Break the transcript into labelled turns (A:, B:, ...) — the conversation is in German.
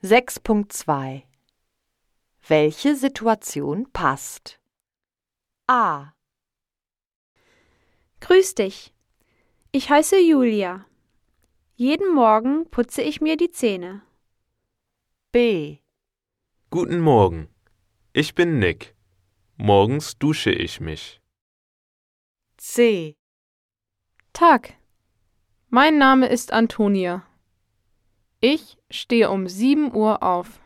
A: 6.2 Welche Situation passt? A.
B: Grüß dich. Ich heiße Julia. Jeden Morgen putze ich mir die Zähne.
A: B.
C: Guten Morgen. Ich bin Nick. Morgens dusche ich mich.
A: C.
D: Tag. Mein Name ist Antonia. Ich stehe um 7 Uhr auf.